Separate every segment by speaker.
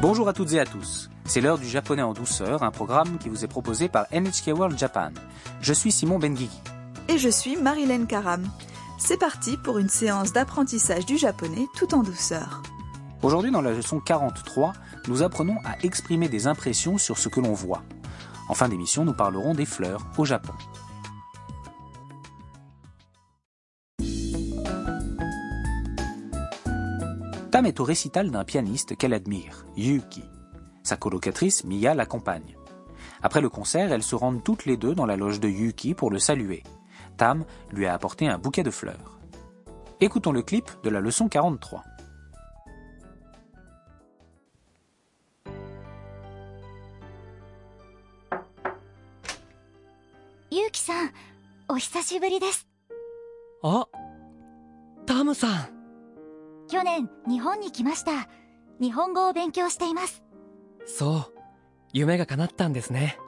Speaker 1: Bonjour à toutes et à tous. C'est l'heure du japonais en douceur, un programme qui vous est proposé par NHK World Japan. Je suis Simon Benguigui.
Speaker 2: Et je suis Marilène Karam. C'est parti pour une séance d'apprentissage du japonais tout en douceur.
Speaker 1: Aujourd'hui, dans la leçon 43, nous apprenons à exprimer des impressions sur ce que l'on voit. En fin d'émission, nous parlerons des fleurs au Japon. Tam est au récital d'un pianiste qu'elle admire, Yuki. Sa colocatrice, Miya, l'accompagne. Après le concert, elles se rendent toutes les deux dans la loge de Yuki pour le saluer. Tam lui a apporté un bouquet de fleurs. Écoutons le clip de la leçon 43.
Speaker 3: ゆうきさんお久しぶりです
Speaker 4: あタムさん
Speaker 3: 去年日本に来ました日本語を勉強しています
Speaker 4: そう夢が叶ったんですね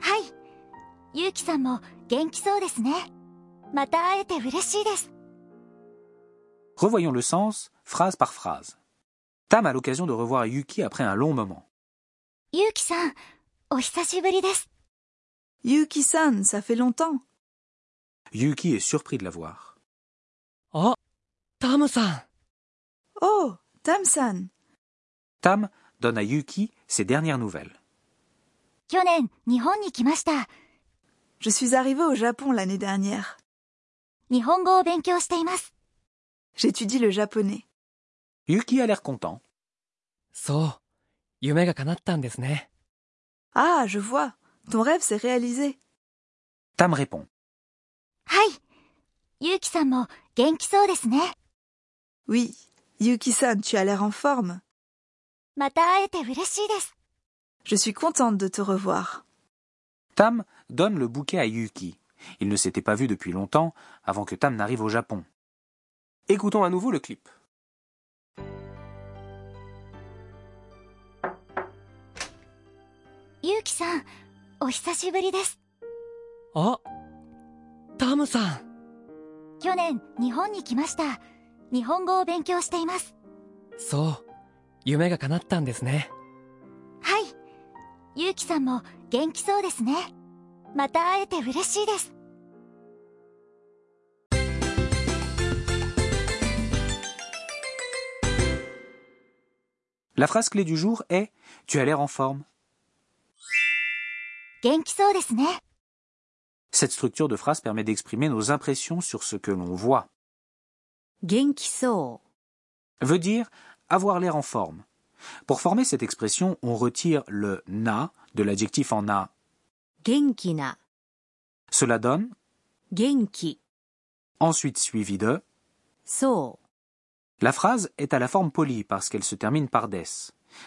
Speaker 3: はいゆうきさんも元気そうですねまた会えて嬉しいです
Speaker 1: Revoyons le sens, phrase par phrase. Tam a l'occasion de revoir Yuki après un long moment.
Speaker 3: ゆうきさんお久しぶりです
Speaker 2: Yuki-san, ça fait longtemps.
Speaker 1: Yuki est surpris de la voir.
Speaker 4: あタムさん
Speaker 2: Oh, Tam-san.
Speaker 1: Tam donne à Yuki ses dernières nouvelles.
Speaker 3: 去年日本に来ました
Speaker 2: Je suis arrivée au Japon l'année dernière.
Speaker 3: 日本語を勉強しています
Speaker 2: J'étudie le japonais.
Speaker 1: Yuki a l'air content.
Speaker 4: そう夢が叶ったんですね
Speaker 2: Ah, je vois. Ton rêve s'est réalisé.
Speaker 1: Tam répond.
Speaker 3: はいゆうきさんも元気そうですね
Speaker 2: Oui. Yuki-san, tu as l'air en forme.
Speaker 3: また会えて嬉しいです
Speaker 2: Je suis contente de te revoir.
Speaker 1: Tam donne le bouquet à Yuki. Ils ne s'étaient pas vus depuis longtemps avant que Tam n'arrive au Japon. Écoutons à nouveau le clip.
Speaker 3: ゆうきさんお久しぶりです
Speaker 4: あタムさん
Speaker 3: 去年日本に来ました日本語を勉強しています
Speaker 4: そう夢が叶ったんですね
Speaker 3: はい。ゆうきさんも元気そうですね。また会えて嬉しいです。
Speaker 1: La phrase clé du jour est Tu as l'air en forme.
Speaker 3: 元気そうですね。
Speaker 1: Cette structure de phrase permet d'exprimer nos impressions sur ce que l'on voit.
Speaker 3: 元気そ
Speaker 1: Veut dire avoir l'air en forme. Pour former cette expression, on retire le na de l'adjectif en a.
Speaker 3: う。元気な。
Speaker 1: Cela donne
Speaker 3: 元気。
Speaker 1: ensuite suivi de
Speaker 3: そ
Speaker 1: La phrase est à la forme polie parce qu'elle se termine par des.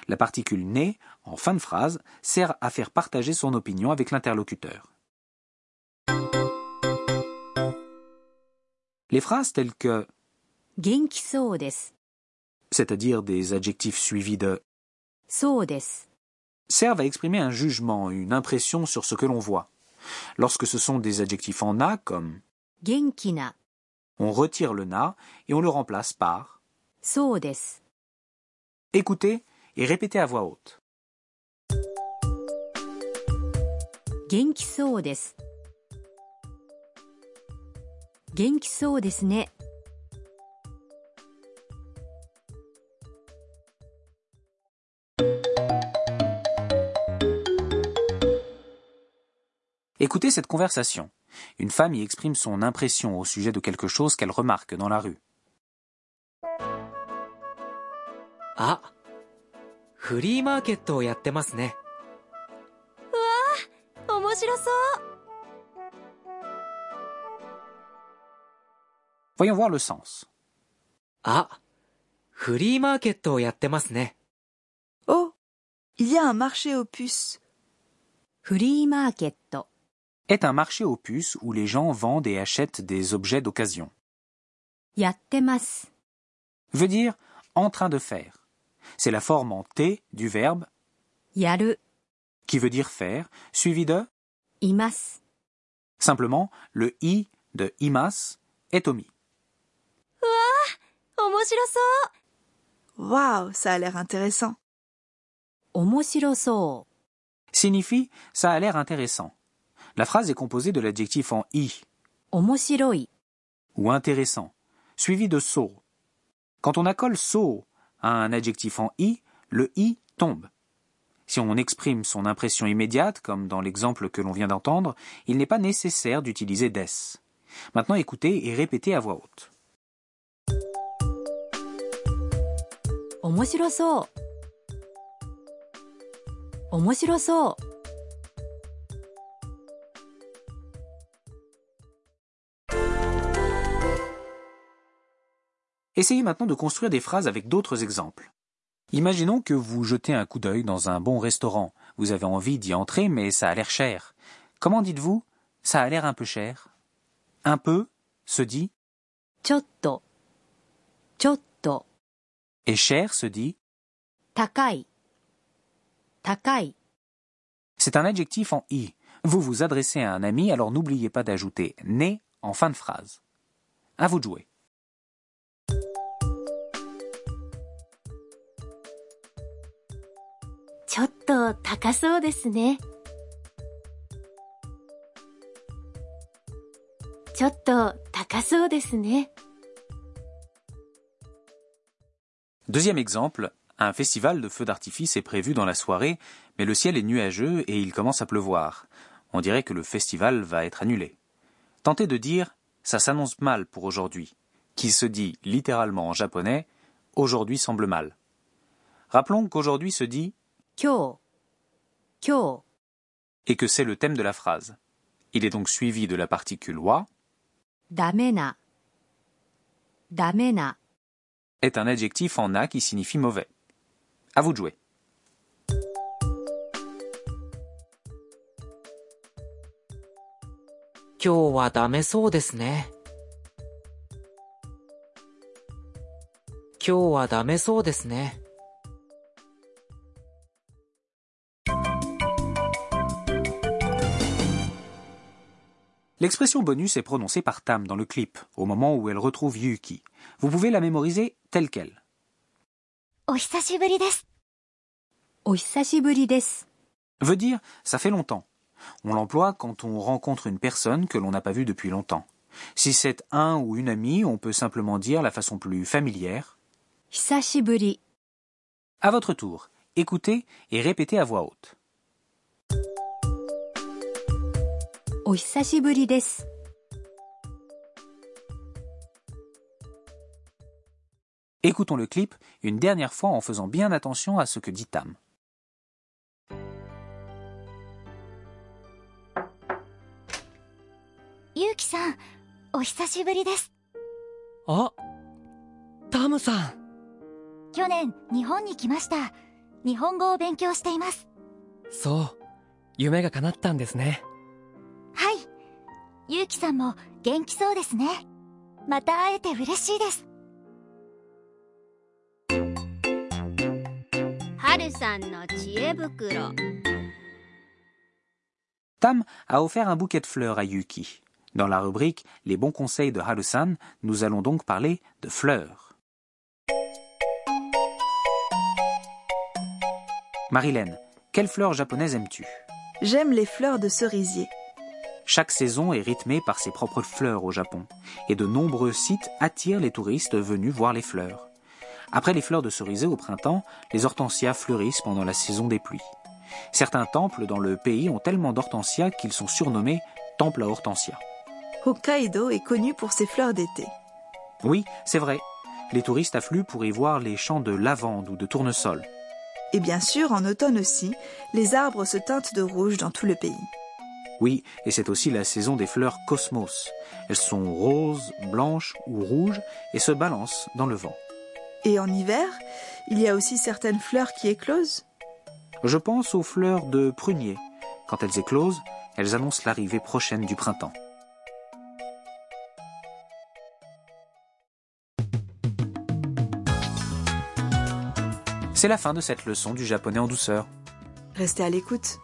Speaker 1: La particule né en fin de phrase sert à faire partager son opinion avec l'interlocuteur. Les phrases telles que
Speaker 3: う。元気そうです。
Speaker 1: c'est-à-dire des adjectifs suivis de
Speaker 3: そうです。
Speaker 1: servent à exprimer un jugement, une impression sur ce que l'on voit. Lorsque ce sont des adjectifs en na comme
Speaker 3: 元気な。
Speaker 1: on retire le na et on le remplace par
Speaker 3: そうです。
Speaker 1: écoutez et répétez à voix haute.
Speaker 3: 元気そうです。元気そうですね。
Speaker 1: Écoutez cette conversation. Une femme y exprime son impression au sujet de quelque chose qu'elle remarque dans la rue.
Speaker 5: あフリーマーケットをやってますね
Speaker 3: 面白そう。
Speaker 1: Voyons voir le sens.
Speaker 5: あフリーマーケットをやってますね
Speaker 2: Oh, il y a un marché aux puces.
Speaker 3: フリーマーケット。
Speaker 1: Est un marché aux puces où les gens vendent et achètent des objets d'occasion.
Speaker 3: やってます。
Speaker 1: Veut dire en train de faire. C'est la forme en T du verbe
Speaker 3: やる。
Speaker 1: qui veut dire faire, suivi de
Speaker 3: います。
Speaker 1: simplement le i de imas est omis.
Speaker 3: 面白そう。
Speaker 2: Waouh, ça a l'air intéressant.
Speaker 6: 面白そ
Speaker 1: signifie ça a l'air intéressant. La phrase est composée de l'adjectif en i,
Speaker 6: う。面白い。
Speaker 1: ou intéressant, suivi de so. Quand on accole so à un adjectif en i, le i tombe. Si on exprime son impression immédiate, comme dans l'exemple que l'on vient d'entendre, il n'est pas nécessaire d'utiliser des. Maintenant écoutez et répétez à voix haute.
Speaker 6: 面白そう。面白そう。
Speaker 1: Essayez maintenant de construire des phrases avec d'autres exemples. Imaginons que vous jetez un coup d'œil dans un bon restaurant. Vous avez envie d'y entrer, mais ça a l'air cher. Comment dites-vous Ça a l'air un peu cher. Un peu se dit,
Speaker 6: ちょっと。ちょっと。
Speaker 1: et cher se dit,
Speaker 6: 高い。高い。
Speaker 1: C'est un adjectif en i. Vous vous adressez à un ami, alors n'oubliez pas d'ajouter né en fin de phrase. À vous de jouer.
Speaker 3: ちょっと高そうですねちょっと高そうですね
Speaker 1: Deuxième exemple, un festival de feux d'artifice est prévu dans la soirée, mais le ciel est nuageux et il commence à pleuvoir. On dirait que le festival va être annulé. Tentez de dire ça s'annonce mal pour aujourd'hui, qui se dit littéralement en japonais aujourd'hui semble mal. Rappelons qu'aujourd'hui se dit
Speaker 6: 今日。今
Speaker 1: et que c'est le thème de la phrase. Il est donc suivi de la particule wa
Speaker 6: 日。ダメな。ダメな。
Speaker 1: est un adjectif en a qui signifie mauvais. À vous de jouer.
Speaker 5: 今日はダメそうですね。今日はダメそうですね。
Speaker 1: L'expression bonus est prononcée par Tam dans le clip, au moment où elle retrouve Yuki. Vous pouvez la mémoriser telle qu'elle.
Speaker 3: お久しぶりです
Speaker 6: お久しぶりです。
Speaker 1: Veut dire ça fait longtemps. On l'emploie quand on rencontre une personne que l'on n'a pas vue depuis longtemps. Si c'est un ou une amie, on peut simplement dire la façon plus familière.
Speaker 6: 久しぶり。
Speaker 1: À votre tour, écoutez et répétez à voix haute.
Speaker 6: お久しぶりです。
Speaker 1: Écoutons le clip une dernière fois en faisant bien attention à ce que dit Tam.
Speaker 3: ゆうきさんお久しぶりです
Speaker 4: あタムさん
Speaker 3: 去年日本に来ました日本語を勉強しています
Speaker 4: そう夢が叶ったんですね
Speaker 3: はいゆうきさんも元気そうですねまた会えて嬉しいです
Speaker 7: 春さんの知恵袋
Speaker 1: Tam a offert un bouquet de fleurs à Yuki. Dans la rubrique Les bons conseils de Harusan, nous allons donc parler de fleurs. Marilène, quelles fleurs japonaises aimes-tu
Speaker 2: J'aime les fleurs de cerisier.
Speaker 1: Chaque saison est rythmée par ses propres fleurs au Japon, et de nombreux sites attirent les touristes venus voir les fleurs. Après les fleurs de cerisier au printemps, les hortensias fleurissent pendant la saison des pluies. Certains temples dans le pays ont tellement d'hortensias qu'ils sont surnommés temples à hortensias.
Speaker 2: Hokkaido est connu pour ses fleurs d'été.
Speaker 1: Oui, c'est vrai. Les touristes affluent pour y voir les champs de lavande ou de tournesol.
Speaker 2: Et bien sûr, en automne aussi, les arbres se teintent de rouge dans tout le pays.
Speaker 1: Oui, et c'est aussi la saison des fleurs cosmos. Elles sont roses, blanches ou rouges et se balancent dans le vent.
Speaker 2: Et en hiver, il y a aussi certaines fleurs qui éclosent.
Speaker 1: Je pense aux fleurs de prunier. Quand elles éclosent, elles annoncent l'arrivée prochaine du printemps. C'est la fin de cette leçon du japonais en douceur.
Speaker 2: Restez à l'écoute.